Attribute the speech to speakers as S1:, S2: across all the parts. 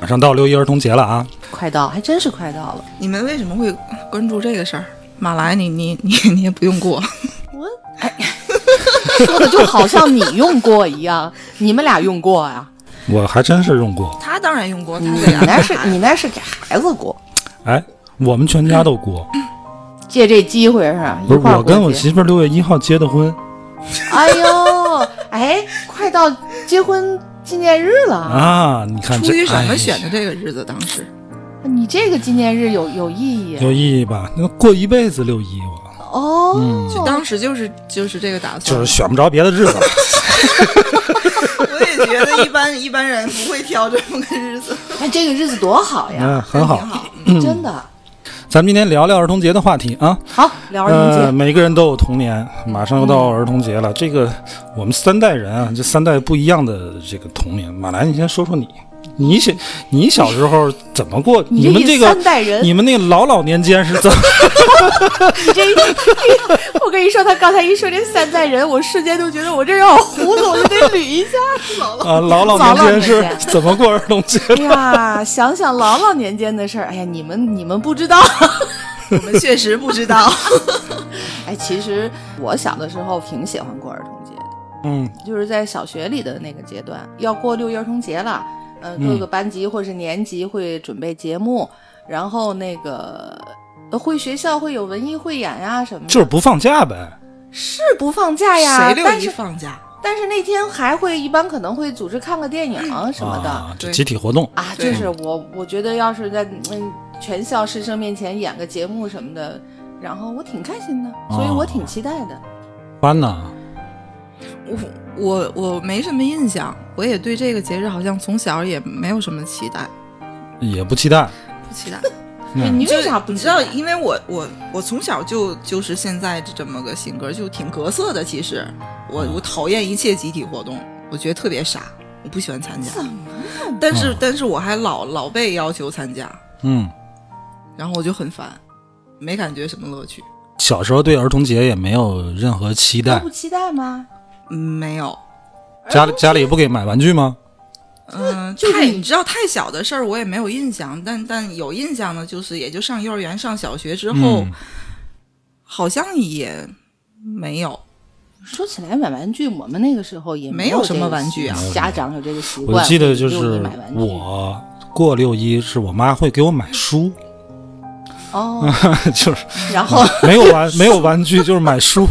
S1: 马上到六一儿童节了啊，
S2: 快到，还真是快到了。
S3: 你们为什么会关注这个事儿？马来你，你你你也不用过，
S2: 我哎，说的就好像你用过一样，你们俩用过 呀、
S1: 我还真是用过，
S3: 他当然用过，他
S1: 嗯
S2: 你
S3: 俩
S2: 那是你那是给孩子过，
S1: 哎，我们全家都过，
S3: 嗯
S2: 借这机会是吧？
S1: 不
S2: 一
S1: 是
S2: 块儿
S1: 我跟
S2: 过
S1: 我
S2: 节
S1: 媳妇儿六月一号结的婚，
S2: 哎呦，哎，快到结婚纪念日了啊！
S1: 啊，你看这
S3: 出于什
S1: 哎
S3: 么选的这个日子？当时
S2: 你这个纪念日有有意义
S1: 有意义吧？那过一辈子六一
S3: 啊
S1: 我，
S2: 哦。
S1: 嗯
S3: 当时就是就是这个打算，
S1: 就是选不着别的日 子了。
S3: 我也觉得一般 一般人不会挑这么个日子，
S2: 那哎这个日子多好呀，
S1: 嗯，很好
S3: 哎挺。好。
S2: 真的。
S1: 咱们今天聊聊儿童节的话题啊。
S2: 好，聊儿
S1: 呃，
S2: 童节，嗯
S1: 每个人都有童年，马上又到儿童节了。这个我们三代人啊，这三代不一样的这个童年。马来，你先说说你，你小你小时候怎么过？
S2: 你
S1: 你们这个
S2: 三代人，
S1: 你们那个老老年间是怎 么？
S2: 你这一， 我跟你说，他刚才一说这三代人，我瞬间就觉得我这要糊涂，我就得捋一下。
S1: 啊，老老
S2: 早
S1: 年
S2: 老
S1: 间
S2: 年
S1: 是
S2: 间
S1: 怎么过儿童节？
S2: 哎呀，想想姥姥年间的事儿，哎呀，你们你们不知道。
S3: 我们确实不知 道，
S2: 哎，其实我小的时候挺喜欢过儿童节的，
S1: 嗯
S2: 就是在小学里的那个阶段，要过六一儿童节了，呃，各
S1: 嗯
S2: 个班级或是年级会准备节目，然后那个呃会学校会有文艺汇演呀、什么的，
S1: 就是不放假呗。
S2: 是不放假哎呀，
S3: 谁六
S2: 但
S3: 一
S2: 是
S3: 放假？
S2: 但是那天还会一般可能会组织看个电影
S3: 嗯
S2: 什么的啊
S1: 啊，这
S3: 对
S1: 集体活动。
S2: 就
S3: 对
S2: 是我我觉得要是在嗯全校师生面前演个节目什么的，然后我挺开心
S1: 哦
S2: 的，所以我挺期待的。
S1: 班呢？
S3: 我我我没什么印象，我也对这个节日好像从小也没有什么期待，
S1: 也不期待。
S3: 不期待。
S2: 哎
S1: 嗯
S2: 你
S3: 就
S2: 为啥不
S3: 你
S2: 期
S3: 知道
S2: 待？，
S3: 因为我我我从小就就是现在这么个性格，就挺格色的。其实我我讨厌一切集体活动，我觉得特别傻，我不喜欢参加。但是、
S1: 哦
S3: 但是我还老老被要求参加，
S1: 嗯，
S3: 然后我就很烦，没感觉什么乐趣。
S1: 小时候对儿童节也没有任何期
S2: 都
S1: 待
S2: 不。期待吗？
S3: 嗯，没有。
S1: 家里家里不给买玩具吗？
S3: 嗯，
S2: 就是
S3: 太
S2: 你
S3: 你知道太小的事儿我也没有印象，但但有印象的就是也就上幼儿园、上小学之后，
S1: 嗯
S3: 好像也没有。
S2: 说起来买玩具，我们那个时候也
S3: 没有
S2: 有
S3: 什么
S2: 这个
S3: 玩
S2: 习
S3: 具啊
S2: 惯家长有这个习惯，
S1: 我记得就
S2: 给六一
S1: 是
S2: 买玩具
S1: 我过六一是我妈会给我买书，
S2: 哦，
S1: 就是
S2: 然 后
S1: 没有玩没有玩具，就是买书。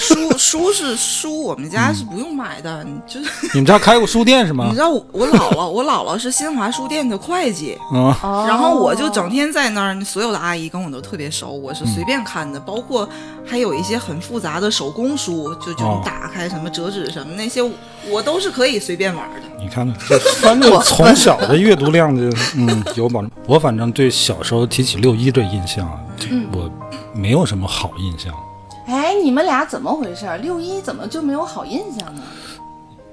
S3: 书 书是书，我们家是不用买的，你就是
S1: 你们家开过书店是
S3: 你
S1: 吗
S3: 知？道我我姥姥，我姥姥是新华书店的会计，
S1: 嗯，
S2: 哦
S3: 然后我就整天在那儿，所有的阿姨跟我都特别熟，我是随便看的，包括还有一些很复杂的手工书，就就
S1: 哦
S3: 你打开什么折纸什么那些，我都是可以随便玩的。
S1: 你看看，这反正从小的阅读量就嗯有保证。我反正对小时候提起六一这印象啊，这我没有什么好印象。
S2: 哎，你们俩怎么回事儿？六一怎么就没有好印象呢？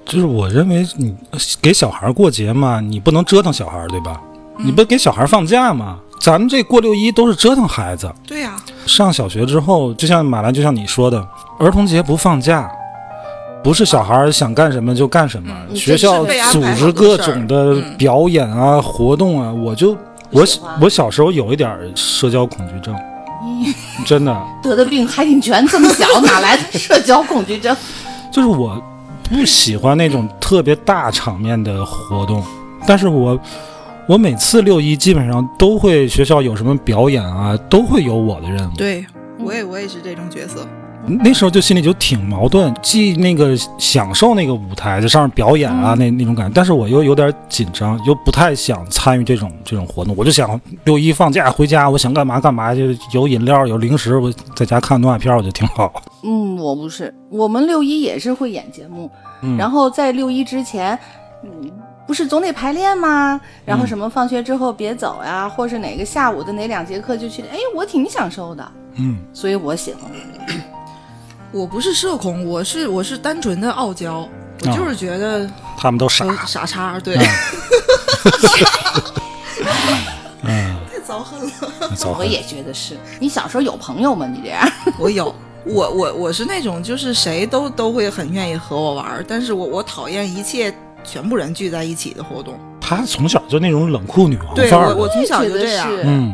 S1: 就是我认为你给小孩过节嘛，你不能折腾小孩，对吧？你不给小孩放假嘛？咱们这过六一都是折腾孩子。
S3: 对呀、
S1: 上小学之后，就像马兰，就像你说的，儿童节不放假，不是小孩儿想干什么就干什么，
S2: 嗯
S1: 学校
S3: 你这
S1: 组
S3: 是被安排好的事
S1: 织
S3: 儿嗯
S1: 各种的表演啊、活动啊，我就我
S2: 不喜欢
S1: 我小时候有一点儿社交恐惧症，
S3: 嗯
S1: 真的
S2: 得的病还挺全，这么 小哪来的社交恐惧症？
S1: 就是我不喜欢那种特别大场面的活动，但是我。我每次六一基本上都会学校有什么表演啊，都会有我的任务。
S3: 对，我也我也是这种角色。
S1: 那时候就心里就挺矛盾，既那个享受那个舞台在上面表演
S3: 嗯
S1: 啊，那那种感觉，但是我又有点紧张，又不太想参与这种这种活动。我就想六一放假回家，我想干嘛干嘛，就有饮料有零食，我在家看动画片，我就挺好。
S2: 嗯，我不是，我们六一也是会演节目，
S1: 嗯
S2: 然后在六一之前，嗯，不是总得排练吗？然后
S1: 嗯
S2: 什么放学之后别走呀，或是哪个下午的哪两节课就去，哎，我挺享受的，
S1: 嗯
S2: 所以我喜欢我。
S3: 我不是社恐，我是我是单纯的傲娇，我就是觉得
S1: 他们都傻，
S3: 呃傻叉，对，
S1: 嗯，
S3: 太遭恨了。
S1: 早
S2: 我
S1: 很
S2: 也觉得是你小时候有朋友吗？你这样，
S3: 我有，我我我是那种就是谁都都会很愿意和我玩儿，但是我我讨厌一切全部人聚在一起的活动。
S1: 她从小就那种冷酷女王
S3: 对
S1: 范
S3: 我
S1: 儿啊
S3: 我
S1: 的，
S3: 从小就这样
S2: 我也。觉得是
S1: 嗯，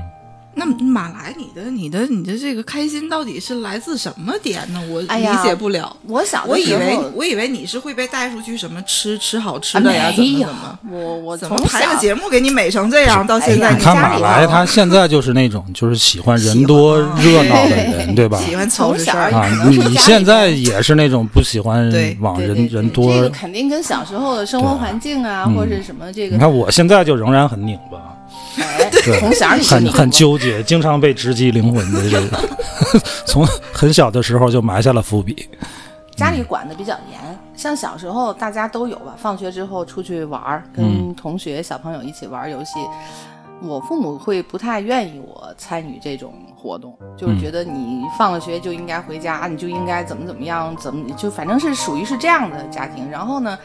S3: 那马来，你的你的你的这个开心到底是来自什么点呢？我
S2: 哎
S3: 理
S2: 呀
S3: 解不了。
S2: 我小的
S3: 我以
S2: 时候
S3: 为我以为你是会被带出去什么吃吃好吃
S2: 啊
S3: 的呀，怎
S2: 没
S3: 么
S2: 有
S3: 怎么，
S2: 我我
S3: 怎么
S2: 从
S3: 排
S2: 小
S3: 个节目给你美成这样，到现
S2: 哎
S3: 在
S2: 呀
S1: 你
S3: 你
S1: 看
S2: 家
S1: 马
S2: 里
S1: 来，
S2: 头
S1: 她现在就是那种就是喜欢人多
S3: 喜
S1: 热
S3: 欢啊
S1: 闹的人，对吧？
S3: 喜欢操
S2: 从
S3: 着
S2: 小
S3: 事儿。
S1: 啊
S2: 可能，是家里
S1: 你现在也是那种不喜欢
S3: 对
S1: 往
S2: 对
S1: 人
S2: 对对
S1: 人多
S2: 这个肯定跟小时候的生活环境啊，
S1: 嗯
S2: 或者什么这个
S1: 你，看我现在就仍然很拧巴，
S2: 哎
S1: 对
S2: 从小你就
S1: 很
S2: 拧巴
S1: 很纠结，经常被直击灵魂的这个，从很小的时候就埋下了伏笔。
S2: 家
S1: 嗯
S2: 里管的比较严，像小时候大家都有吧，放学之后出去玩儿，
S1: 嗯
S2: 跟同学、小朋友一起玩儿游戏。我父母会不太愿意我参与这种活动，就是
S1: 嗯
S2: 觉得你放了学就应该回家，啊你就应该怎么怎么样，怎么就反正是属于是这样的家庭。然后呢，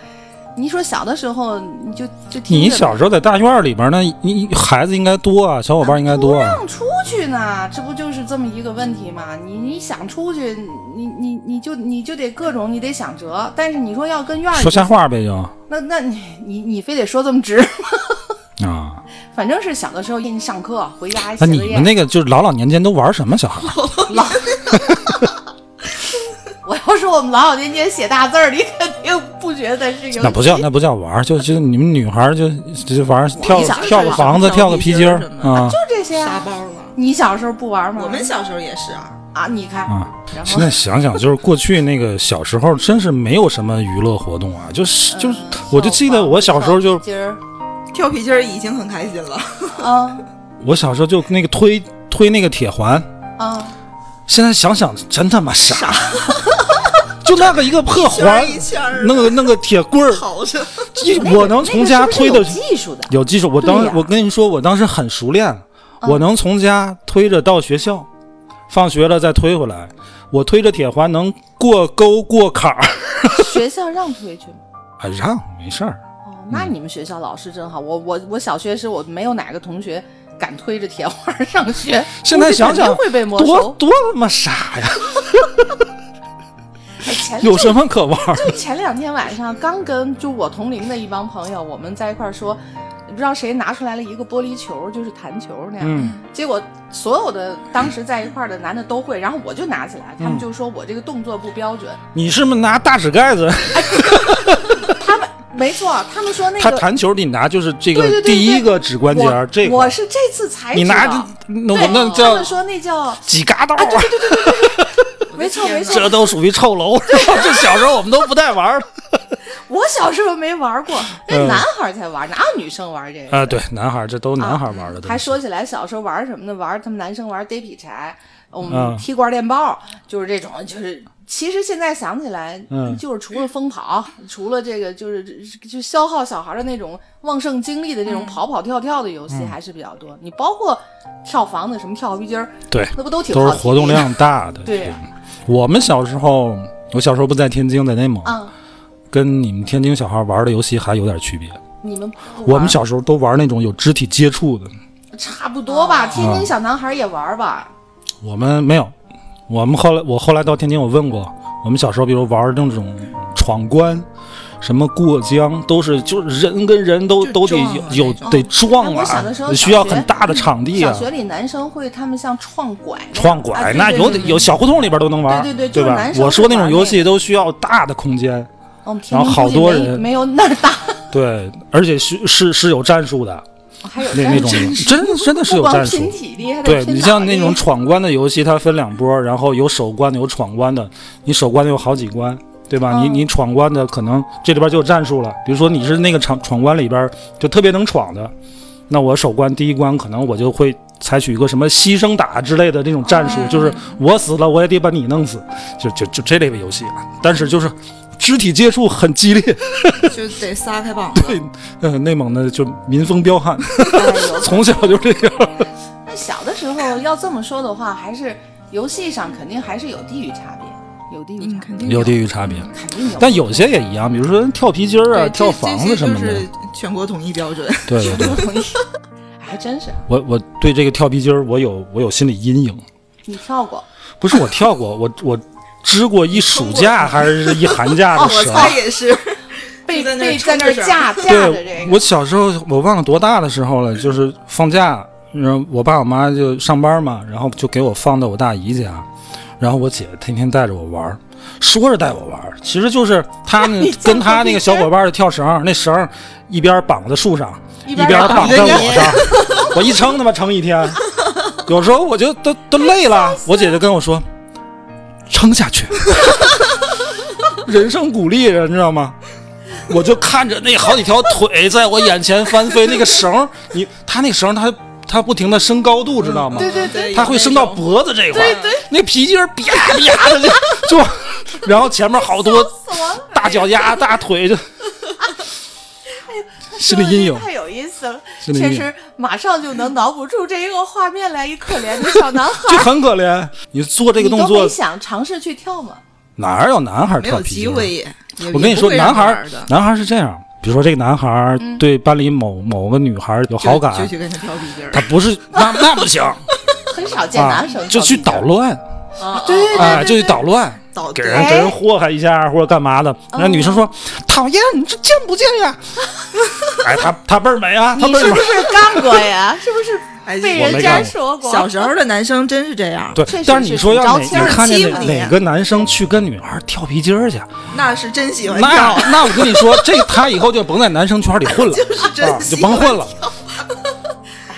S2: 你说小的时候你就就听
S1: 你
S2: 着
S1: 小时候在大院里边呢，你你孩子应该多啊，小伙伴应该多啊。
S2: 想出去呢，这不就是这么一个问题吗？你你想出去，你你你就你就得各种你得想辙，但是你说要跟院儿里
S1: 说瞎话呗就
S2: 那那你你你非得说这么直，
S1: 啊。
S2: 反正是小的时候给你上课，回家还
S1: 那
S2: 写作
S1: 你
S2: 业
S1: 们。那个就是老老年间都玩什么小孩？
S2: 老， 我要说我们老老年间写大字儿，你肯定不觉得是游戏。
S1: 那不叫那不叫玩，就就你们女孩就就玩跳
S2: 小时候
S1: 跳个房子，
S3: 跳
S1: 跳个
S3: 皮
S1: 皮
S3: 筋
S1: 筋
S3: 儿
S1: 儿
S3: 什么的
S1: 啊
S2: 就这些
S3: 沙
S2: 啊。
S3: 包了。
S2: 你小时候不玩吗？
S3: 我们小时候也是啊，
S2: 啊，你看，
S1: 啊。
S2: 然后
S1: 现在想想，就是过去那个小时候，真是没有什么娱乐活动啊，就是就是
S2: 嗯，
S1: 我就记得我小时候就
S2: 跳皮筋儿
S3: 跳皮筋儿已经很开心 了。
S2: 啊
S1: 我小时候就那个推推那个铁环，
S2: 啊，
S1: 现在想想真他妈傻，就那个一个破
S3: 圈儿
S1: 环，
S3: 一圈儿
S1: 弄个弄个铁棍儿，
S3: 跑着，
S1: 一
S2: 那个
S1: 我能从家推
S2: 那
S1: 的
S2: 个是不是有技 术的，
S1: 有技术，我当
S2: 对
S1: 时
S2: 呀嗯
S1: 我跟你说，我当时很熟练，我能从家推着到学校，放学了再推回来，我推着铁环能过沟过坎儿，
S2: 学校让推去吗？
S1: 啊让没事儿。
S2: 哦，那
S1: 嗯
S2: 你们学校老师真好。我我我小学时我没有哪个同学敢推着铁环儿上学，
S1: 现在想
S2: 估计肯
S1: 想
S2: 定会被没
S1: 多
S2: 收。
S1: 多他妈傻呀！
S2: 哎前
S1: 有什么可玩儿？
S2: 就前两天晚上刚跟就我同龄的一帮朋友，我们在一块儿说，不知道谁拿出来了一个玻璃球，就是弹球那样。
S1: 嗯，
S2: 结果所有的当时在一块儿的男的都会，然后我就拿起来，他
S1: 嗯
S2: 们就说我这个动作不标准。
S1: 你是不是拿大纸盖子？
S2: 他们没错，他们说那
S1: 他
S2: 个
S1: 弹球你拿就是这
S2: 对
S1: 个
S2: 对对
S1: 第一个指关节儿，
S2: 我
S1: 这
S2: 我
S1: 个
S2: 是这次才
S1: 你
S2: 知道
S1: 拿着那我
S2: 对
S1: 那
S2: 他
S1: 叫
S2: 们说那叫
S1: 几嘎刀啊，
S2: 没错没错
S1: 这，都属于臭 楼。 这小时候我们都不带玩儿
S2: 我小时候没玩过，那
S1: 嗯
S2: 男孩才玩，哪有女生玩这个？
S1: 啊，对，男孩儿这都男孩儿玩的东西。
S2: 啊还说起来小时候玩什么呢？玩他们男生玩逮劈柴，我们
S1: 嗯
S2: 踢罐电爆，就是这种，就是。其实现在想起来，
S1: 嗯
S2: 就是除了疯跑，除了这个，就是就消耗小孩的那种旺盛精力的这
S1: 嗯
S2: 种跑跑跳跳的游戏还是比较多。你包括跳房子、什么跳皮筋儿，
S1: 对，
S2: 那不都挺
S1: 都是
S2: 耗体
S1: 活动
S2: 力的
S1: 量大的。
S2: 对啊
S1: 我们小时候，我小时候不在天津，在内蒙，
S2: 啊？
S1: 跟你们天津小孩玩的游戏还有点区别。
S2: 你们不
S1: 我
S2: 玩
S1: 们小时候都玩那种有肢体接触的，
S2: 差不多
S1: 啊
S2: 吧？天津小男孩也玩吧？
S1: 我们没有。我们后来，我后来到天津，我问过，我们小时候，比如玩那种闯关，什么过江，都是就是人跟人都
S3: 就
S1: 都得
S3: 撞啊
S1: 有有
S3: 那种
S1: 得撞
S2: 哎我小的时候
S1: 啊，
S2: 小
S1: 需要
S2: 学
S1: 很大的场地
S2: 小
S1: 啊，
S2: 学里男生会他们像撞拐那样，
S1: 撞拐、
S2: 啊对
S1: 那
S2: 对
S1: 有
S2: 对
S1: 得
S2: 对
S1: 有小胡同里边都能玩，
S2: 对对对就是
S1: 吧
S2: 男？生
S1: 我说那种
S2: 玩
S1: 游
S2: 那
S1: 戏都需要大的空间，
S2: 哦我们天
S1: 然后
S2: 津
S1: 好
S2: 估计
S1: 多
S2: 没
S1: 人
S2: 没有那儿大，
S1: 对，而且是是是有战术的，
S3: 哦
S2: 还有
S1: 那
S2: 战
S1: 那种
S2: 术
S1: 真的真的是
S2: 不
S1: 有
S2: 光
S1: 战术
S2: 拼。体力，还
S1: 对
S2: 得拼
S1: 你
S2: 脑
S1: 像那
S2: 力
S1: 种闯关的游戏，它分两波，然后有守关的，有闯关的。你守关的有好几关，对吧？你
S2: 嗯
S1: 你闯关的可能这里边就有战术了。比如说你是那个闯闯关里边就特别能闯的，那我守关第一关可能我就会采取一个什么牺牲打之类的这种
S2: 嗯
S1: 战术，就是我死了我也得把你弄死，就就就这类的游戏啊。但是就是肢体接触很激烈。
S3: 就得撒开膀子。
S1: 对，呃，内蒙的就民风彪悍，
S2: 哎呦
S1: 从小就这样。
S2: 那小的时候要这么说的话，还是游戏上肯定还是有地域差别，有地域
S3: 嗯，
S2: 差
S3: 肯
S2: 别，
S3: 定
S1: 有地域差别，
S2: 肯定有。
S1: 但有些也一样，比如说跳皮筋儿啊、
S3: 对，
S1: 跳
S3: 这
S1: 房
S3: 这
S1: 子
S3: 些
S1: 什么
S3: 就
S1: 的
S3: 是。全国统一标准。
S1: 对对对，
S2: 同意， 还哎真是
S1: 我我对这个跳皮筋儿，我有我有心理阴影。
S2: 你跳过，
S1: 不 是我跳过，我我支过一暑假还是啊一寒假的
S3: 哦 我
S1: 绳。
S3: 猜也是。
S2: 被
S3: 就在那儿
S2: 被在
S3: 撑
S2: 那
S3: 着
S2: 儿
S3: 绳
S2: 架架着这
S1: 对，
S2: 个，
S1: 我小时候我忘了多大的时候了，就是放假，然后我爸我妈就上班嘛，然后就给我放到我大姨家，然后我姐天天带着我玩儿，说是带我玩儿，其实就是她 们跟她那个小伙伴儿跳绳儿，那绳儿一边绑在树上，一边
S2: 边
S1: 绑
S2: 绑
S1: 在
S3: 着
S1: 我
S3: 你
S1: 上，我一撑他妈撑一天，有时候我就都都累了，我姐就跟我说，撑下去， 人生鼓励人，知道吗？我就看着那好几条腿在我眼前翻飞，那个绳儿，你它那绳儿它它不停的升高度，知道吗？
S2: 嗯对对对
S1: 它会升到脖子这块儿，
S2: 对
S1: 那皮筋儿啪啪的就就，然后前面好多
S2: 死我了，
S1: 大脚丫、大腿 就，心理阴影
S2: 说得太有意思了。
S1: 心理阴
S2: 确
S1: 影
S2: 实，马上就能脑补出这一个画面来，一可怜的小男孩。
S1: 就很可怜。你做 这个动
S2: 你都没
S1: 作，
S2: 想尝试去跳吗？
S1: 哪儿有男孩儿
S3: 没
S1: 跳
S3: 有
S1: 皮
S3: 机
S1: 筋儿？
S3: 会也。也
S1: 啊我跟你
S3: 不
S1: 说，
S3: 会
S1: 男
S3: 让
S1: 孩
S3: 玩
S1: 儿
S3: 儿的，
S1: 男孩儿是这样，比如说这个男孩儿对班里某某个女孩儿有好
S3: 就
S1: 感，
S3: 去跟他跳皮筋儿
S1: 他。不是那那不行
S2: 很少见
S1: 啊
S2: 男生、，
S1: 就去捣。乱。
S2: 啊，对对
S1: 啊，
S2: 对
S1: 就去捣乱，
S3: 捣
S1: 给
S3: 对
S1: 人给人祸害一下或者干嘛的。然后女生说：“讨厌，你这见不见呀？” 哎，他他倍儿美啊，他
S2: 你
S1: 倍儿
S2: 是
S1: 美
S2: 不。是干 过呀？是不是
S3: 哎
S2: 被
S1: 我没干
S2: 人家
S1: 过
S2: 说过？
S3: 小时候的男生真是这样，
S1: 对
S2: 确，实
S1: 但是
S2: 是
S1: 你说要
S2: 招
S1: 哪你
S2: 亲儿
S1: 看
S3: 欺
S1: 见
S3: 负
S1: 哪
S3: 你
S1: 哪个男生去跟女孩跳皮筋儿去，
S3: 那是真喜欢
S2: 哎
S1: 那啊
S3: 跳，
S1: 那我跟你说，这他以后就甭在男生圈里混了，
S3: 就是
S1: 啊
S3: 真
S1: 就
S3: 喜
S1: 甭
S3: 欢。
S1: 混了。
S2: 哎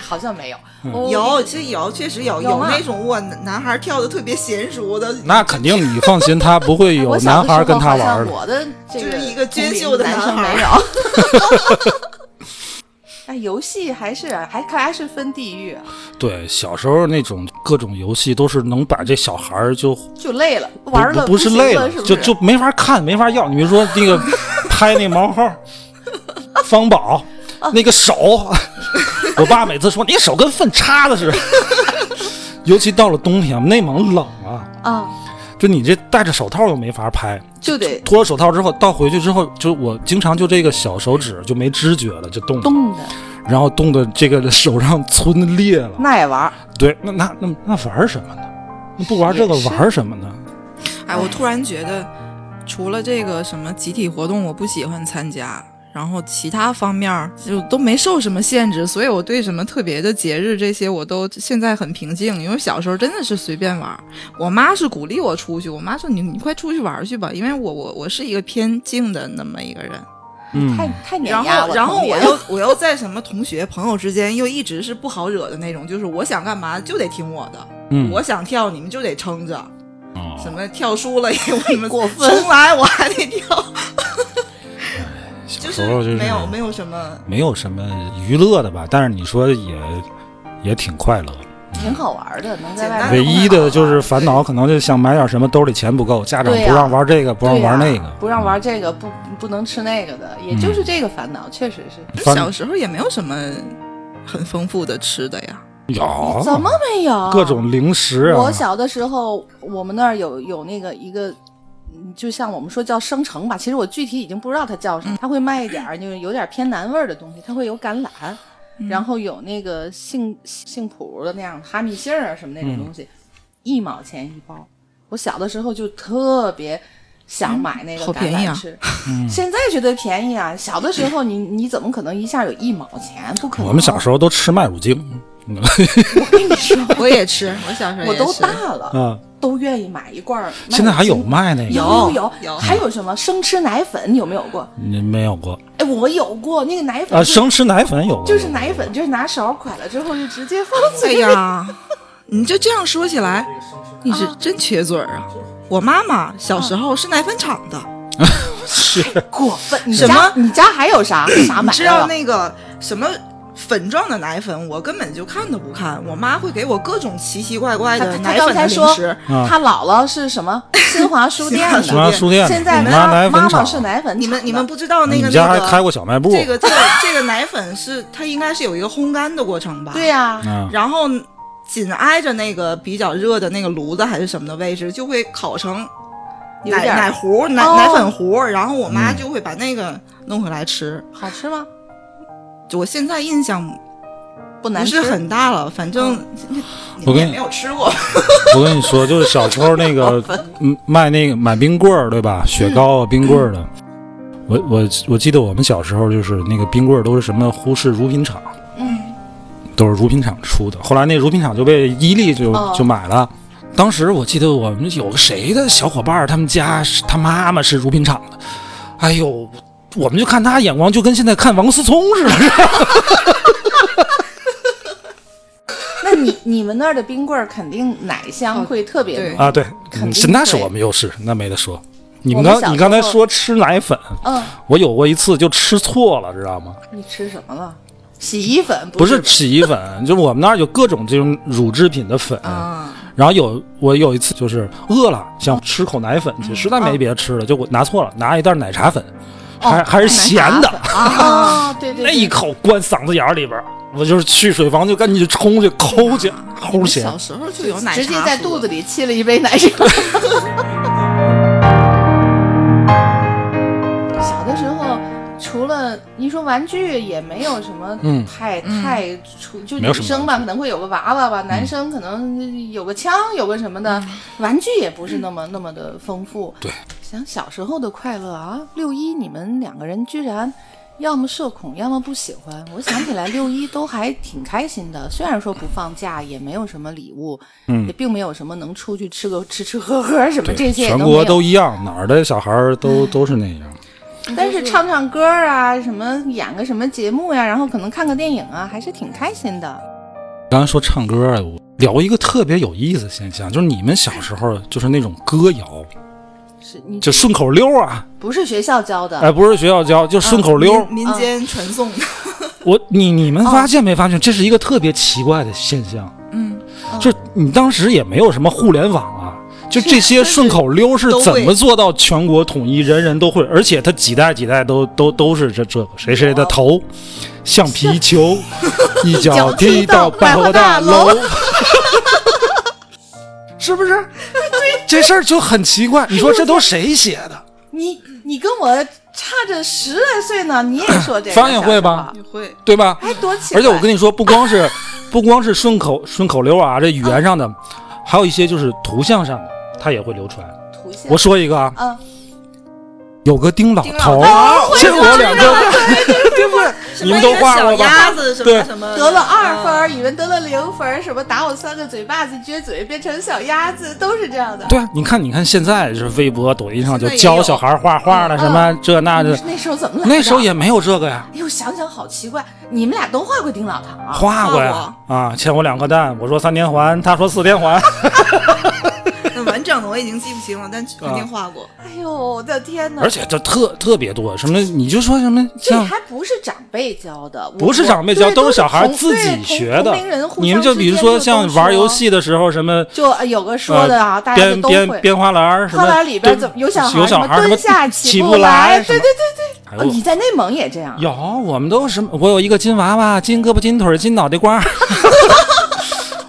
S2: 好像没有，
S1: 嗯
S2: 我
S3: 有，其实有，确实有，啊
S2: 有
S3: 有
S2: 吗
S3: 那种哇，男孩跳的特别特别娴熟的，
S1: 那肯定，你放心，他不会有
S2: 我小
S1: 男
S2: 的
S1: 孩
S2: 时
S1: 儿跟
S2: 候
S1: 他
S2: 好
S1: 玩
S2: 像
S1: 儿的。
S2: 我的这
S3: 就是一个
S2: 个同
S3: 娟
S2: 龄
S3: 秀的
S2: 男
S3: 男
S2: 生
S3: 孩儿
S2: 没有。 那游戏还是啊还看来是分地域啊，
S1: 对，小时候那种各种游戏都是能把这小孩儿就
S2: 就累了，
S1: 不
S2: 玩了
S1: 不是
S2: 行
S1: 累
S2: 了，
S1: 了，
S2: 是不？
S1: 就是就没法看，没法要。你比如说那 个拍那毛号，方宝
S2: 啊
S1: 那个手，我爸每次说你手跟粪叉子似的。 尤其到了冬天，内蒙冷啊，
S2: 啊，
S1: 就你这戴着手套又没法拍，
S2: 就得
S1: 脱了手套之后到回去之后，就我经常就这个小手指就没知觉了，就冻了，
S2: 冻的，
S1: 然后冻的这个手上皴裂了。
S2: 那也玩。
S1: 对，那那那那玩什么呢？那不玩这个玩什么呢？
S3: 哎，我突然觉得，除了这个什么集体活动，我不喜欢参加。然后其他方面儿就都没受什么限制，所以我对什么特别的节日这些我都现在很平静，因为小时候真的是随便玩儿。我妈是鼓励我出去，我妈说你你快出去玩儿去吧，因为我我我是一个偏静的那么一个人。
S1: 嗯
S2: 太，太碾
S3: 然
S2: 压
S3: 后
S2: 了。
S3: 然后
S2: 童年
S3: 我又我又在什么同学朋友之间又一直是不好惹的那种，就是我想干嘛就得听我的，
S1: 嗯
S3: 我想跳你们就得撑着，
S1: 哦
S3: 什么跳输了也我们
S2: 过分
S3: 重来我还得跳，
S1: 小
S3: 就
S1: 时候就是
S3: 没有没有什么。
S1: 没有什么娱乐的吧，但是你说也也挺快乐。
S2: 挺好玩的，能在
S3: 简
S2: 外
S3: 单
S2: 面
S1: 唯一的就是
S2: 玩
S1: 烦恼，可能就想买点什么，兜里钱不够，家长
S2: 对呀
S1: 不让玩这个，不
S2: 对
S1: 让
S2: 呀
S1: 玩那个，嗯
S2: 不让玩这个，不不能吃那个的，也就是这个烦恼，确实是。
S1: 烦
S3: 小时候也没有什么很丰富的吃的 呀，
S1: 有
S2: 怎么没有？
S1: 各种零食啊
S2: 我，小的时候，我们那儿有有那个一个，嗯就像我们说叫生橙吧，其实我具体已经不知道它叫什么。它会卖一点儿就是有点偏南味儿的东西，它会有橄榄，
S3: 嗯
S2: 然后有那个杏杏脯的那样哈密杏儿啊什么那
S1: 嗯
S2: 种东西，一毛钱一包。我小的时候就特别。想买那个
S3: 好
S2: 橄
S3: 便宜
S2: 榄
S3: 啊
S2: 吃，
S1: 嗯
S2: 现在觉得便宜啊！小的时候你你怎么可能一下有一毛钱？不可能。
S1: 我们小时候都吃麦乳精，嗯
S3: 我也吃，我小时候
S2: 我
S3: 也
S2: 都
S3: 吃
S2: 大。了，
S1: 啊，
S2: 都愿意买一罐儿。
S1: 现在还有卖那个
S3: 有？
S2: 有有
S3: 有
S2: 还有什么生吃奶粉？你有没有过？
S1: 你没有过
S3: 嗯
S2: 哎，我有过那个奶粉
S1: 啊？
S2: 就
S1: 生吃奶粉有过，
S2: 就是奶粉，就是拿勺蒯了之后就直接放
S3: 哎
S2: 嘴里。
S3: 呀，你就这样说起来，你是真缺嘴儿啊！我妈妈小时候是奶粉厂的，
S1: 是
S2: 过分！你
S3: 哎什
S2: 家
S3: 么
S2: 你家还有啥啥买
S3: 你
S2: 的
S3: 知道
S2: 了
S3: 那个什么粉状的奶粉，我根本就看都不看。我妈会给我各种奇奇怪怪
S2: 他
S3: 的
S2: 他
S3: 奶
S2: 刚
S3: 粉
S2: 才
S3: 的
S2: 说
S3: 零食。
S1: 啊
S2: 他姥姥是 什么新华书店
S1: 什
S3: 新
S2: 的，
S3: 华
S1: 么书店的，
S2: 现在
S1: 我们
S2: 他
S1: 家奶粉
S2: 妈妈
S1: 厂，
S2: 是奶粉厂的，
S3: 你们你们不知道那
S1: 嗯你
S3: 个
S1: 们家还
S3: 那
S1: 开
S3: 个
S1: 过小卖部，
S3: 这个这个这个奶粉是它应该是有一个烘干的过程吧？
S2: 对呀，
S1: 嗯，
S3: 然后紧挨着那个比较热的那个炉子还是什么的位置，就会烤成
S2: 有
S3: 奶
S2: 点儿
S3: 奶糊、奶、
S2: 哦
S3: 奶粉糊。然后我妈
S1: 嗯
S3: 就会把那个弄回来吃。
S2: 好吃吗？
S3: 我现在印象
S2: 不难
S3: 不
S2: 吃，嗯
S3: 是很大了，反正你
S1: 我
S3: 你
S1: 跟
S3: 也没有吃过。
S1: 我跟你说，就是小时候那 个嗯卖那个买冰棍儿，对吧？雪糕啊，
S3: 嗯
S1: 冰棍儿的。我我我记得我们小时候就是那个冰棍儿都是什么呼市乳品厂，
S2: 嗯，
S1: 都是乳品厂出的。后来那乳品厂就被伊利就、
S2: 哦
S1: 就买了。当时我记得我们有个谁的小伙伴儿，他们家是他妈妈是乳品厂的，哎呦，我们就看他眼光就跟现在看王思聪似的。
S2: 那你你们那儿的冰棍儿肯定奶
S3: 哦
S2: 香会特别
S3: 对
S2: 浓，
S1: 啊，对，
S2: 肯定
S1: 是那是
S2: 会
S1: 我们优势，那没得说。你
S2: 我
S1: 们刚
S2: 们小
S1: 你
S2: 时
S1: 刚才
S2: 候
S1: 说吃奶粉，
S2: 嗯，
S1: 我有过一次就吃错了，知道吗？
S2: 你吃什么了？洗衣粉
S1: 不
S2: 是
S1: 是洗衣粉，就是我们那儿有各种这种乳制品的粉。
S2: 嗯
S3: 啊，
S1: 然后有我有一次就是饿了，想吃口奶粉
S2: 嗯
S1: 去，实在没别的吃的，就我拿错了，拿一袋奶茶粉，
S2: 哦
S1: 还还是咸的，
S2: 啊？对对，
S1: 那一
S2: 对
S1: 口灌嗓子眼儿里边儿，我就是去水房就赶紧去冲去抠 去， 齁咸。
S3: 小时候就有奶茶，
S2: 直接在肚子。里沏了一杯奶茶。 小的时候，除了你说玩具，也没有什么
S1: 嗯
S2: 太、
S3: 嗯
S2: 太出，就
S1: 没有
S2: 女
S1: 什么嗯
S2: 生吧，可能会有个娃娃吧，男生可能有个枪，有个什么的，玩具也不是那么、那么的丰富。
S1: 对，
S2: 想小时候的快乐啊！六一你们两个人居然。要么社恐，要么不喜欢。我想起来六一都还挺开心的，虽然说不放假，也没有什么礼物，
S1: 嗯
S2: 也并没有什么能出去吃个吃吃喝喝什么
S1: 对，
S2: 这些也
S1: 全
S2: 没有嗯
S1: 国都一样，哪儿的小孩儿都都是那样。
S2: 但是唱唱歌啊，什么演个什么节目呀、然后可能看个电影啊，还是挺开心的。
S1: 刚才说唱歌啊，我聊一个特别有意思的现象，就是你们小时候就是那种歌谣，
S2: 是你
S1: 就顺口溜啊，
S2: 不是学校教的？
S1: 哎，不是学校教，就顺口溜。嗯
S3: 民民间传颂的，
S1: 我你你们发现没发现，这是一个特别奇怪的现象？
S3: 嗯，
S1: 就是你当时也没有什么互联网啊，就这些顺口溜是
S3: 都会
S1: 怎么做到全国统一，人人都会？而且他几代几代都都都是这这个谁谁的头，橡皮球， 一哦脚踢到百货大楼， 是不是？这事儿就很奇怪。你说这都谁写的？
S2: 你你跟我差着十来岁呢，你也说这个？
S1: 方也会吧
S2: 小时
S3: 也会
S1: 对吧？
S2: 候？哎，多奇 怪！
S1: 而且我跟你说，不光 是不光是顺口顺口溜啊，这语言上的，还有一些就是图像上的，它也会流传。
S2: 图像，
S1: 我说一个啊，
S2: 嗯，
S1: 有个丁老
S3: 丁
S1: 头
S3: 老
S1: 儿
S3: 头，
S1: 这我两 个，对不对？你们都画
S3: 小
S1: 过
S3: 鸭
S1: 吧？
S3: 子什
S1: 对
S3: 么什么，
S2: 得了二分儿，语文得了零分儿，什么打我三个嘴巴子，撅嘴变成小鸭子，都是这样的。
S1: 对啊，你看，你看，现在就是微博、抖音上就
S3: 现在也
S1: 教
S3: 有
S1: 小孩画画了，
S2: 嗯
S1: 什么这那
S2: 你
S1: 的
S2: 说，那时候怎么来着？
S1: 那时候也没有这个呀，
S2: 哎呦，想想好奇怪，你们俩都画过丁老堂啊？
S1: 嗯画过嗯呀
S3: 画
S1: 啊，欠我两颗蛋，我说三连环，他说四连环，
S3: 那完整的我已经记不清了，但
S1: 啊
S3: 肯定画过。
S2: 哎呦，我的天哪！
S1: 而且这特特别多，什么你就说什么
S2: 这
S1: 像
S2: 还不是长辈教的，我
S1: 不是长辈教，
S2: 对都
S1: 是小孩
S2: 同
S1: 自己
S2: 对
S1: 学的
S2: 同同龄人。互
S1: 你们
S2: 相
S1: 就
S2: 之
S1: 比如
S2: 间
S1: 说
S2: 就
S1: 像
S2: 都
S1: 玩游
S2: 说，
S1: 戏的时候，什么
S2: 就呃有个说的啊，大家
S1: 编
S2: 就都
S1: 编
S2: 会。
S1: 编花篮儿，什么
S2: 花篮里边怎么有小孩
S1: 有
S2: 儿
S1: 小孩
S2: 什么
S1: 儿什么
S2: 蹲下
S1: 起
S2: 不来？
S1: 什么
S2: 对对对对。
S1: 哎
S2: 哦
S1: 呦
S2: 你在内蒙也这样？
S1: 有，我们都什么？我有一个金娃娃，金胳膊、金腿儿、金脑袋 瓜儿。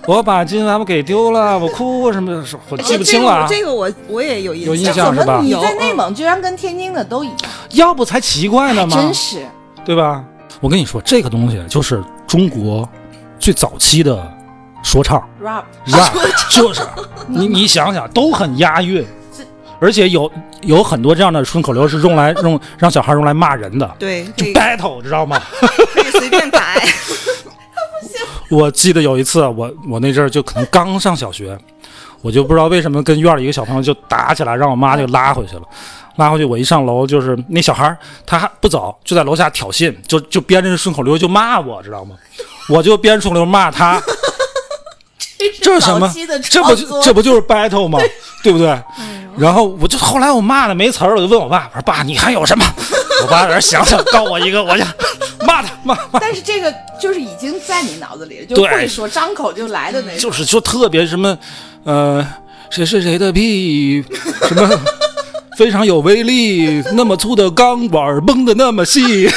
S1: 我把金娃娃给丢了，我哭什么的？我 记不清了啊。
S3: 这个我我也有
S1: 有
S3: 印
S1: 印
S3: 象
S1: 象。
S2: 怎
S1: 是吧
S2: 么你在
S3: 有
S2: 内蒙居然跟天津的都一样？
S1: 要不才奇怪呢
S2: 还
S1: 嘛，
S2: 真是。
S1: 对吧？我跟你说，这个东西就是中国最早期的说唱
S2: rap
S1: rap，就是你你想想，都很押韵
S2: 这，
S1: 而且有有很多这样的顺口溜是用来用让小孩用来骂人的，
S3: 对，
S1: 就
S3: 可以
S1: battle，知道吗？
S3: 可以随 便改。
S1: 我记得有一次，我我那阵儿就可能刚上小学，我就不知道为什么跟院里一个小朋友就打起来，让我妈就拉回去了。拉回去，我一上楼，就是那小孩儿他还不走，就在楼下挑衅，就就编着顺口溜就骂我，知道吗？我就编顺口溜骂他，这是什么
S2: 早期的？
S1: 这不
S2: 创作
S1: 就这不就是 battle 吗？对不对？然后我就后来我骂的没词儿了，我就问我爸，我说爸，你还有什么？ 我爸有点想想告我一个，我就骂他骂 骂，
S2: 但是这个就是已经在你脑子里了，就
S1: 对
S2: 会说张口就来的那种。
S1: 就是说特别什么，呃，谁是谁的屁，什么非常有威力，那么粗的钢管儿绷得那么细，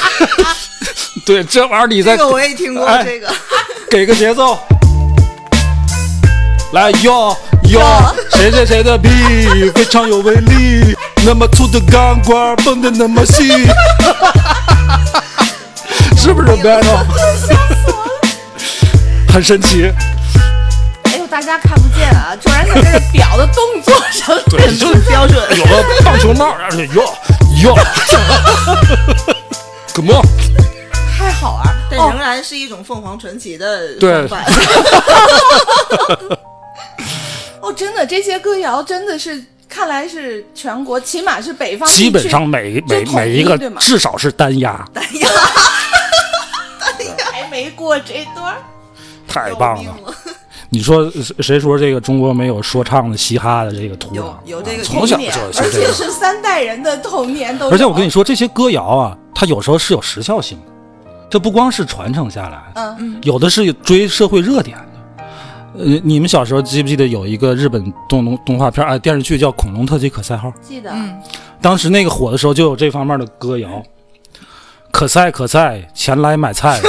S1: 对，这玩意儿你再
S3: 这个我也听过
S1: 哎，
S3: 这个
S1: 给个节奏，来哟哟，谁谁谁的屁非常有威力，那么粗的钢管儿绷得那么 细，是不是 battle？很神奇，
S2: 哎呦，大家看不见啊，卓然在这个表的动作 上很 不标准。
S1: 有个棒球帽，而且哟 哟，come on，
S2: 太好玩儿。
S3: 但
S2: 哦
S3: 仍然是一种凤凰传奇的
S1: 对
S3: 风范。
S2: 哦，真的，这些歌谣真的是，看来是全国，起码是北方地区
S1: 基本上每每
S2: 就统
S1: 每
S2: 一
S1: 一个
S2: 对吗
S1: 至少是单压，
S2: 还没过这段儿，
S1: 太
S2: 救
S1: 棒
S2: 命
S1: 了。！你说谁谁说这个中国没有说唱的嘻哈的这个土壤？
S3: 有有这个
S1: 从小
S3: 童
S1: 就
S3: 年
S1: 有
S2: 而
S1: 这
S2: 且
S1: 个。
S2: 是三代人的童年都有。
S1: 而且我跟你说，这些歌谣啊，它有时候是有时效性的，这不光是传承下来，
S2: 嗯
S1: 嗯，有的是追社会热点的。呃，你们小时候记不记得有一个日本动动动画片啊、电视剧叫《恐龙特级可赛号》？
S2: 记得，
S3: 嗯，
S1: 当时那个火的时候，就有这方面的歌谣。可赛可赛，前来买菜。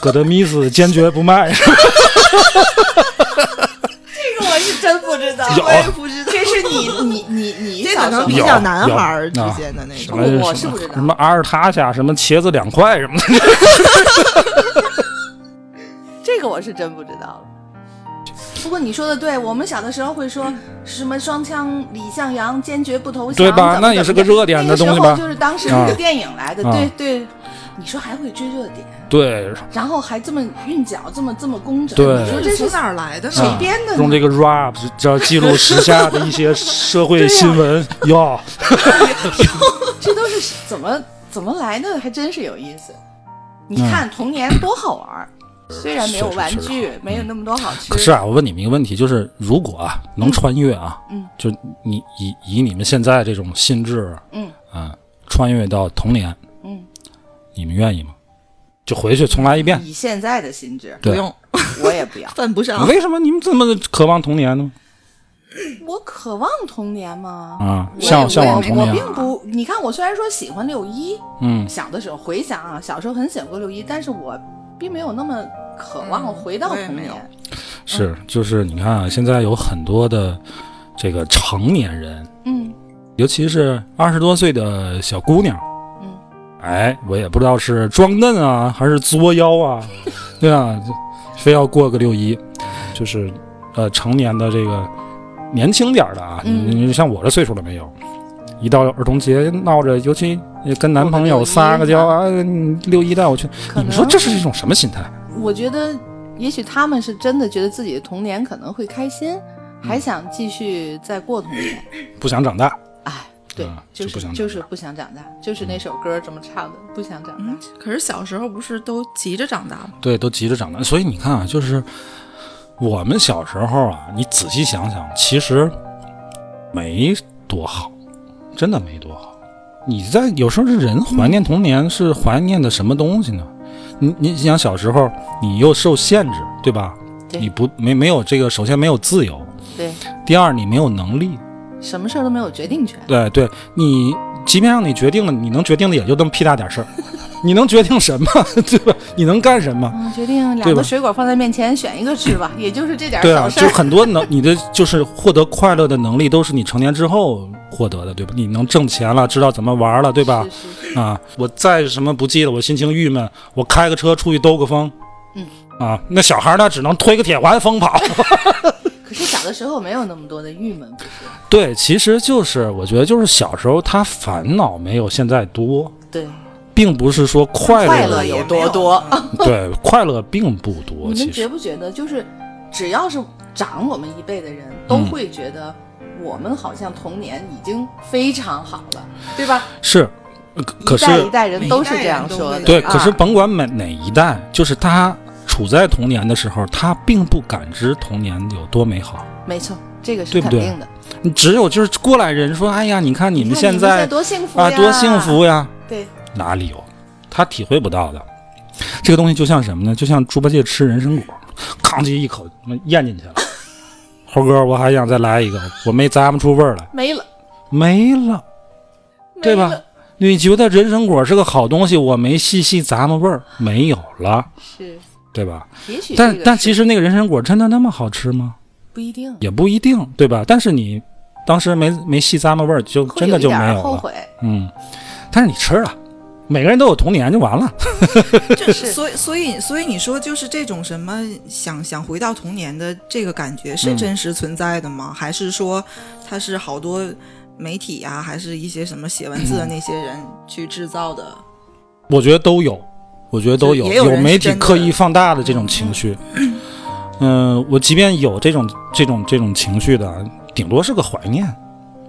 S1: 葛德米斯坚决不卖。
S2: 这个我是真不知道，
S1: 有
S2: 我也
S3: 不知道
S2: 这是你你你你
S3: 这
S2: 小
S3: 可
S2: 时
S3: 能
S2: 候
S1: 有
S3: 比较男孩儿之间的那
S1: 什
S3: 种
S1: 么。
S2: 我
S1: 什
S2: 是
S1: 么
S2: 不知道
S1: 什么阿尔塔夏，什么茄子两块什么的。
S2: 这个我是真不知道了。不过你说的对，我们小的时候会说什么双枪李向阳坚决不投降，
S1: 对吧
S2: 怎么
S1: 那也是
S2: 怎
S1: 个
S2: 么
S1: 热点的
S2: 那个时
S1: 东
S2: 候
S1: 西吧
S2: 就是当时那个电影来的，
S1: 啊
S2: 对对。你说还会追热点，
S1: 对，
S2: 然后还这么韵脚，这么这么工整，
S1: 对
S2: 你说
S3: 这
S2: 这是
S3: 是哪儿来的
S2: 谁
S1: 啊
S3: 呢？
S2: 编的呢？
S1: 用这个 rap 这记录时下的一些社会新闻。 哟，
S2: 这都是怎么怎么来的，还真是有意思。你看童年多好玩儿，
S1: 嗯
S2: 虽然没有玩
S1: 确实
S2: 具，没有那么多好吃。
S1: 可嗯是啊，我问你们一个问题，就是如果啊能穿越啊，
S2: 嗯，
S1: 就你以以你们现在这种心智，
S2: 嗯
S1: 啊，穿越到童年，
S2: 嗯，
S1: 你们愿意吗？就回去重来一遍。
S2: 以现在的心智，
S1: 对
S3: 不用，
S2: 我也不要。
S3: 犯不上。
S1: 为什么你们这么渴望童年呢？
S2: 我渴望童年吗？
S1: 啊，
S2: 我也
S1: 向
S2: 我
S1: 向往童
S2: 我
S1: 年，
S2: 并不，你看我虽然说喜欢六一，
S1: 嗯，
S2: 小的时候回想啊，小时候很喜欢过六一，但是我并没有那么渴望
S3: 嗯
S2: 回到
S3: 我也
S2: 童
S3: 没有
S2: 年。
S1: 是，就是你看啊，现在有很多的这个成年人，
S2: 嗯，
S1: 尤其是二十多岁的小姑娘，
S2: 嗯，
S1: 哎，我也不知道是装嫩啊，还是作妖 啊，对啊，就非要过个六一，就是呃成年的这个年轻点儿的啊，
S2: 嗯
S1: 你你像我这岁数了没有？一到儿童节闹着，尤其跟男朋友撒个娇啊，你六一带我去，
S2: 可
S1: 你
S2: 能
S1: 们说这是一种什么心态？
S2: 我觉得，也许他们是真的觉得自己的童年可能会开心，
S1: 嗯
S2: 还想继续再过童 年。
S1: 不想长大，
S2: 哎，对
S1: 啊，
S2: 就
S1: 就不
S2: 是
S1: 想
S2: 就是
S1: 长嗯
S2: 不想长大，就是那首歌这么唱的，不想长大。
S3: 嗯，可是小时候不是都急着长大吗？
S1: 对，都急着长大。所以你看啊，就是我们小时候啊，你仔细想想，其实没多好，真的没多好。你在有时候是人怀念童年，是怀念的什么东西呢？你你想小时候，你又受限制，对吧？
S2: 对
S1: 你不没没有这个，首先没有自由，
S2: 对，
S1: 第二你没有能力，
S2: 什么事儿都没有决定权。
S1: 对对，你即便让你决定了，你能决定的也就那么屁大点事儿， 你能决定什么， 对吧？你能干什么？
S2: 嗯，决定两
S1: 对吧
S2: 个水果放在面前，选一个吃吧，也就是这点儿
S1: 对啊，
S2: 小事
S1: 就
S2: 儿。
S1: 很多能你的就是获得快乐的能力，都是你成年之后获得的，对吧？你能挣钱了，知道怎么玩了，对吧？
S2: 是是是
S1: 啊，我再什么不记得，我心情郁闷，我开个车出去兜个风，
S2: 嗯，
S1: 啊，那小孩儿呢只能推个铁环疯跑。
S2: 可是小的时候没有那么多的郁闷，不是？
S1: 对，其实就是我觉得就是小时候他烦恼没有现在多，
S2: 对，
S1: 并不是说快乐
S2: 快乐有多多。
S3: 嗯
S1: 对快乐并不多，
S2: 你
S1: 其
S2: 们觉
S1: 实
S2: 不觉得，就是只要是长我们一辈的人，都会觉得我们好像童年已经非常好了，对吧？
S1: 是，呃可可
S2: 一
S1: 是
S2: 代一代人都是
S3: 每一
S2: 这
S3: 代人
S2: 样
S3: 都
S2: 说的。
S3: 会
S1: 对，
S2: 啊
S1: 可是甭管哪哪一代，就是他处在童年的时候，他并不感知童年有多美好。
S2: 没错，这个是
S1: 对不
S2: 肯
S1: 对
S2: 定的。
S1: 只有就是过来人说：“哎呀，你看你
S2: 你
S1: 们
S2: 看你
S1: 现
S2: 们
S1: 在
S2: 多幸福
S1: 啊，
S2: 呀，
S1: 多幸！福呀！”
S2: 对，
S1: 哪理由？他体会不到的。这个东西就像什么呢？就像猪八戒吃人参果，吭叽一口他妈咽进去了。猴哥，我还想再来一个，我没咂摸出味儿来，
S2: 没了，
S1: 没了。
S2: 没
S1: 对吧
S2: 了？
S1: 你觉得人参果是个好东西，我没细细咂摸味儿，没有了，
S2: 是，
S1: 对吧？
S2: 也许
S1: 但
S2: 这个
S1: 但
S2: 是
S1: 其实那个人参果真的那么好吃吗？
S2: 不一定，
S1: 也不一定，对吧？但是你当时没没细咂摸味儿，就
S2: 会
S1: 真的
S2: 一
S1: 就
S2: 点
S1: 没
S2: 儿
S1: 有
S2: 后
S1: 了。
S2: 悔，
S1: 嗯，但是你吃了，每个人都有童年就完了。
S3: 这
S2: 是
S3: 所以所以所以你说就是这种什么想想回到童年的这个感觉
S1: 嗯
S3: 是真实存在的吗？还是说它是好多媒体啊，还是一些什么写文字的
S1: 嗯
S3: 那些人去制造的？
S1: 我觉得都有，我觉得都有，
S3: 就也有人是
S1: 媒体
S3: 真的
S1: 刻意放大的这种情 绪。嗯、我即便有这种这种这种情绪的，顶多是个怀念，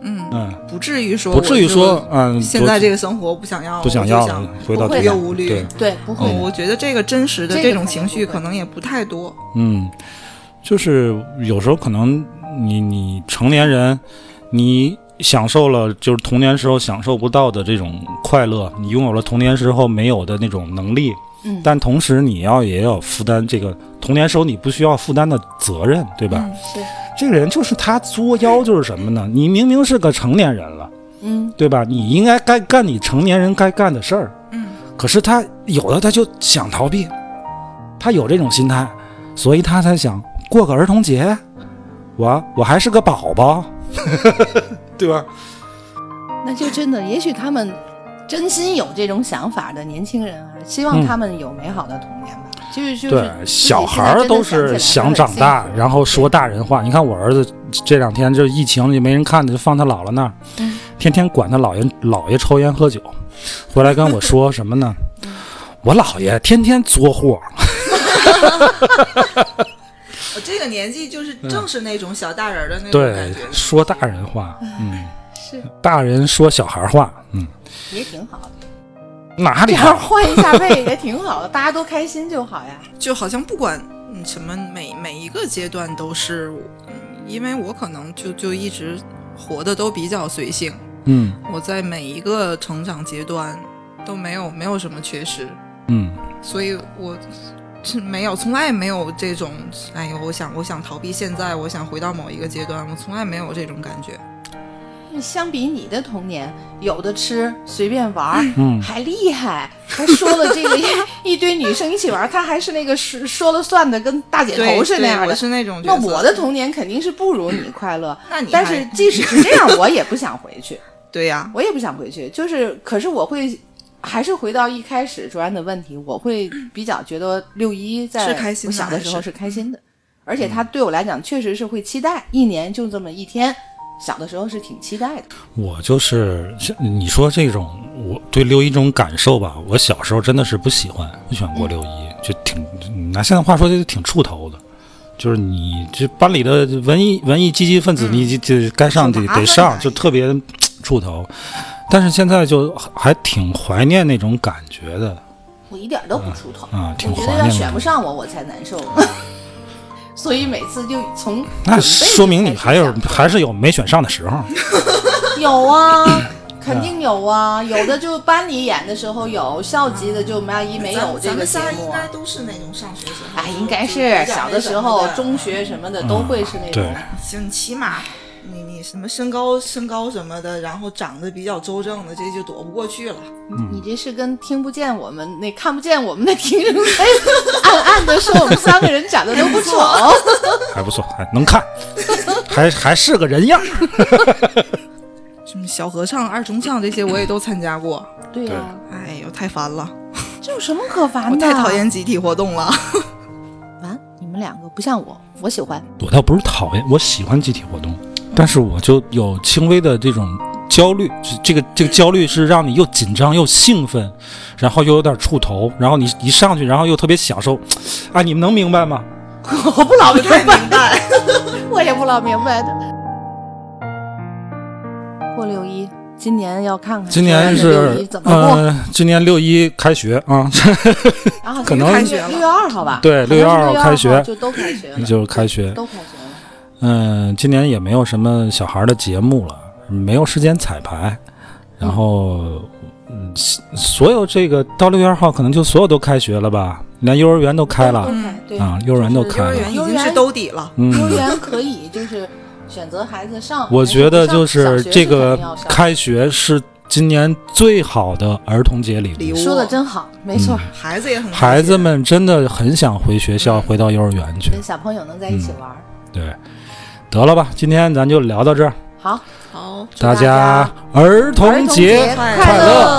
S3: 嗯，
S1: 嗯，
S3: 不至于说
S1: 不至于说
S3: 我
S1: 嗯，
S3: 就现在
S1: 昨
S3: 这个生活不想要了，
S1: 不想要
S3: 我就
S1: 了
S3: 想，
S1: 回到
S3: 不会
S1: 童
S3: 有
S1: 年
S3: 无虑
S1: 对，嗯
S2: 对，不会
S3: 哦，
S2: 的，
S3: 我觉得这个真实的
S2: 这个
S3: 这种
S2: 肯定
S3: 情绪
S2: 不会
S3: 可能也不太多。
S1: 嗯，就是有时候可能你你成年人，你享受了就是童年时候享受不到的这种快乐，你拥有了童年时候没有的那种能力，
S2: 嗯，
S1: 但同时你要也要负担这个童年时候你不需要负担的责任，对吧？
S3: 嗯
S2: 是，
S1: 这个人就是他作妖，就是什么呢？你明明是个成年人了，
S2: 嗯，
S1: 对吧？你应该该干你成年人该干的事儿，
S3: 嗯，
S1: 可是他有的他就想逃避，他有这种心态，所以他才想过个儿童节，我我还是个宝宝，对吧？
S2: 那就真的，也许他们真心有这种想法的年轻人啊，希望
S1: 嗯
S2: 他们有美好的童年吧。就是就是
S1: 对，
S2: 自己
S1: 小
S2: 现
S1: 孩
S2: 在
S1: 儿
S2: 真的
S1: 都是想
S2: 想
S1: 长
S2: 起来
S1: 大
S2: 很，
S1: 然后说大人话。你看我儿子这两天这疫情也没人看的，就放他姥姥那儿，
S2: 嗯
S1: 天天管他姥爷姥爷抽烟喝酒，回来跟我说什么呢？我姥爷天天作祸，
S3: 我哦这个年纪就是正是那种小大人儿的那种感
S1: 嗯对
S3: 觉，，
S1: 说大人话，嗯，
S2: 幸福
S1: 大人说小孩话，嗯，
S2: 是也挺好的，
S1: 哪
S2: 这
S1: 里
S2: 样
S1: 好？
S2: 换一下位也挺好的，大家都开心就好呀。
S3: 就好像不管嗯什么每每一个阶段都是，嗯因为我可能就就一直活的都比较随性，
S1: 嗯
S3: 我在每一个成长阶段都没有没有什么缺失，
S1: 嗯，
S3: 所以我是没有从来也没有这种哎呦，我想我想逃避现在，我想回到某一个阶段，我从来没有这种感觉。
S2: 那相比你的童年，有的吃，随便玩儿，
S1: 嗯
S2: 还厉害，还说了这个 一一堆女生一起玩儿，他还是那个说说了算的，跟大姐
S3: 对，
S2: 头是那
S3: 对
S2: 样
S3: 我
S2: 的。
S3: 是那种
S2: 那
S3: 角色
S2: 我的童年肯定是不如你快乐，
S3: 那你
S2: 但
S3: 还
S2: 是即使是这样，我也不想回去，
S3: 对呀、
S2: 我也不想回去。就是，可是我会，还是回到一开始卓然的问题，我会比较觉得六一在
S3: 是开心
S2: 我
S3: 的
S2: 小的时候
S3: 还是
S2: 是嗯开心的，而且它对我来讲确实是会期待，一年就这么一天，小的时候是挺期待的。
S1: 我就是像你说这种，我对六一这种感受吧，我小时候真的是不喜欢，不喜欢过六一，就挺拿现在话说就挺怵头的。就是你这班里的文艺文艺积极分子，你就就该上得
S3: 挺麻烦
S1: 得
S3: 的
S1: 上，就特别嘖怵头。但是现在就还挺怀念那种感觉的
S2: 我一点都不出头
S1: 啊挺
S2: 我觉
S1: 怀
S2: 得
S1: 念
S2: 要
S1: 的
S2: 选不上我，我才难受。 所以每次就从准备
S1: 那
S2: 就
S1: 说明
S2: 开
S1: 你
S2: 始
S1: 还有
S2: 想
S1: 还是有没选上的时候。
S2: 有啊，肯定有啊，有的就班里演的时候有，校级的就我们阿姨没
S3: 咱
S2: 有
S3: 咱
S2: 这个
S3: 们
S2: 节
S3: 仨
S2: 目
S3: 应
S2: 啊。
S3: 该都是那种上学时候，
S2: 哎，应该是
S3: 就
S2: 小的时候，
S3: 就
S2: 中学什么的都会是那种。
S1: 对
S3: 就你起码你你什么身高身高什么的，然后长得比较周正的，这就躲不过去了。
S2: 你这是跟听不见我们那看不见我们的听众在 暗暗的说我们三个人长得都不丑。
S1: 还不错，还能看，还还是个人样儿。
S3: 什么小合唱、二重唱这些我也都参加过。
S2: 对啊呀、
S3: 哎呦，太烦了，
S2: 这有什么可烦
S3: 我
S1: 哎
S2: 的？
S3: 太讨。厌集体活动了。
S2: 完，你们两个不像我，我喜欢。
S1: 我倒不是讨厌，我喜欢集体活动，但是我就有轻微的这种焦虑，这这个这个焦虑是让你又紧张又兴奋，然后又有点怵头，然后你一上去，然后又特别享受，啊，你们能明白吗？
S2: 我不老明
S3: 太
S2: 白，
S3: 明白，
S2: 我也不老明白的。过六一，今年要看看
S1: 今年
S2: 这六一
S1: 是
S2: 怎么过。
S1: 呃，今年六一开学啊，
S2: 然后
S1: 可能
S3: 开学了
S2: 六月二号吧？
S1: 对
S2: 好
S1: 6
S2: 像是6月
S1: 号
S2: 号
S1: 开学
S2: 就都开学了，
S1: 就是开学，
S2: 都开学了。
S1: 嗯，今年也没有什么小孩儿的节目了，没有时间彩排，然后嗯，所有这个到六月二号，可能就所有都开学了吧？连幼儿园都开了
S2: 都开对
S1: 啊，幼儿园都
S2: 就是
S1: 开
S2: 幼
S1: 了
S2: 儿
S4: 幼儿。园已经是兜底了，
S1: 嗯
S2: 幼儿园可以就是选择孩子上，
S1: 我觉得就
S2: 还
S1: 是
S2: 不上小学
S1: 这
S2: 肯
S1: 个
S2: 定要上
S1: 开学是今年最好的儿童节礼
S4: 礼
S1: 物，
S4: 物
S2: 说的真好，没错
S1: 嗯
S2: 儿，
S4: 孩子也很
S1: 孩子们真的很想回学校，回到幼儿园去
S2: 跟。小朋友能在一起玩儿。
S1: 对，得了吧，今嗯天咱就聊到这儿，
S2: 好，
S3: 好，
S2: 祝
S1: 大
S2: 家
S1: 儿
S2: 儿童
S1: 节
S2: 节
S4: 快
S1: 乐
S2: 乐。